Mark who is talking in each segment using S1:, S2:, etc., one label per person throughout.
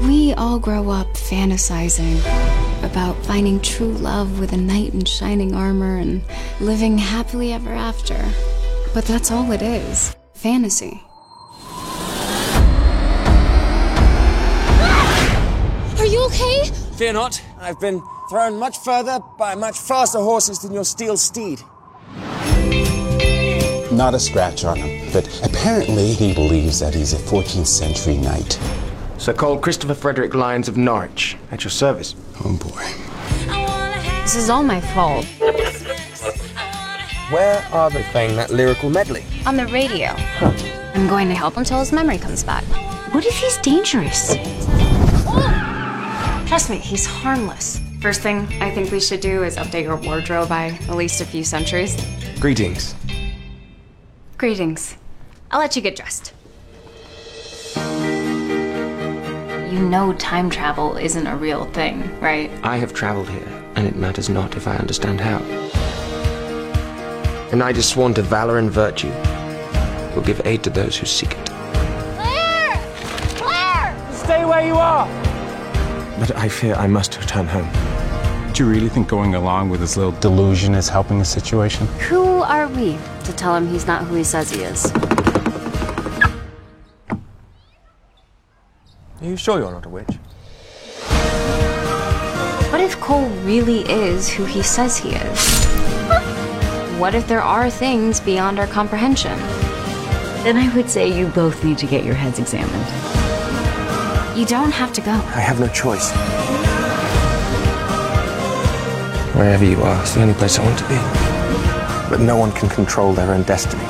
S1: we all grow up fantasizing about finding true love with a knight in shining armor and living happily ever after. But that's all it is fantasy.
S2: Are you okay?
S3: Fear not, I've been thrown much further by much faster horses than your steel steed.
S4: Not a scratch on him, but apparently he believes that he's a 14th century knight.
S5: So called Christopher Frederick Lyons of Norwich, at your service.
S4: Oh boy.
S1: This is all my fault.
S6: Where are they playing that lyrical medley?
S1: On the radio. I'm going to help him till his memory comes back.
S2: What if he's dangerous?
S1: Trust me, he's harmless. First thing I think we should do is update your wardrobe by at least a few centuries.
S5: Greetings.
S1: Greetings. I'll let you get dressed. You know time travel isn't a real thing, right?
S5: I have travelled here, and it matters not if I understand how. And I just sworn to valour and virtue will give aid to those who seek it.
S2: Claire! Claire!
S3: Stay where you are!
S5: But I fear I must return home.
S7: Do you really think going along with this little
S4: Delusion is helping the situation?
S1: Who are we to tell him he's not who he says he is?
S5: Are you sure you're not a witch?
S1: What if Cole really is who he says he is? What if there are things beyond our comprehension?
S8: Then I would say you both need to get your heads examined.
S1: You don't have to go.
S5: I have no choice. Wherever you are, it's the only place I want to be.
S6: But no one can control their own destiny.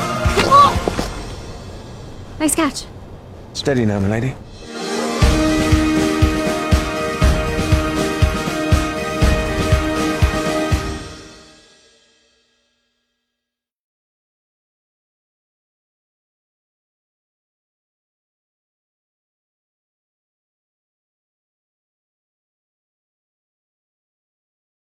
S1: Nice catch.
S5: Steady now, milady.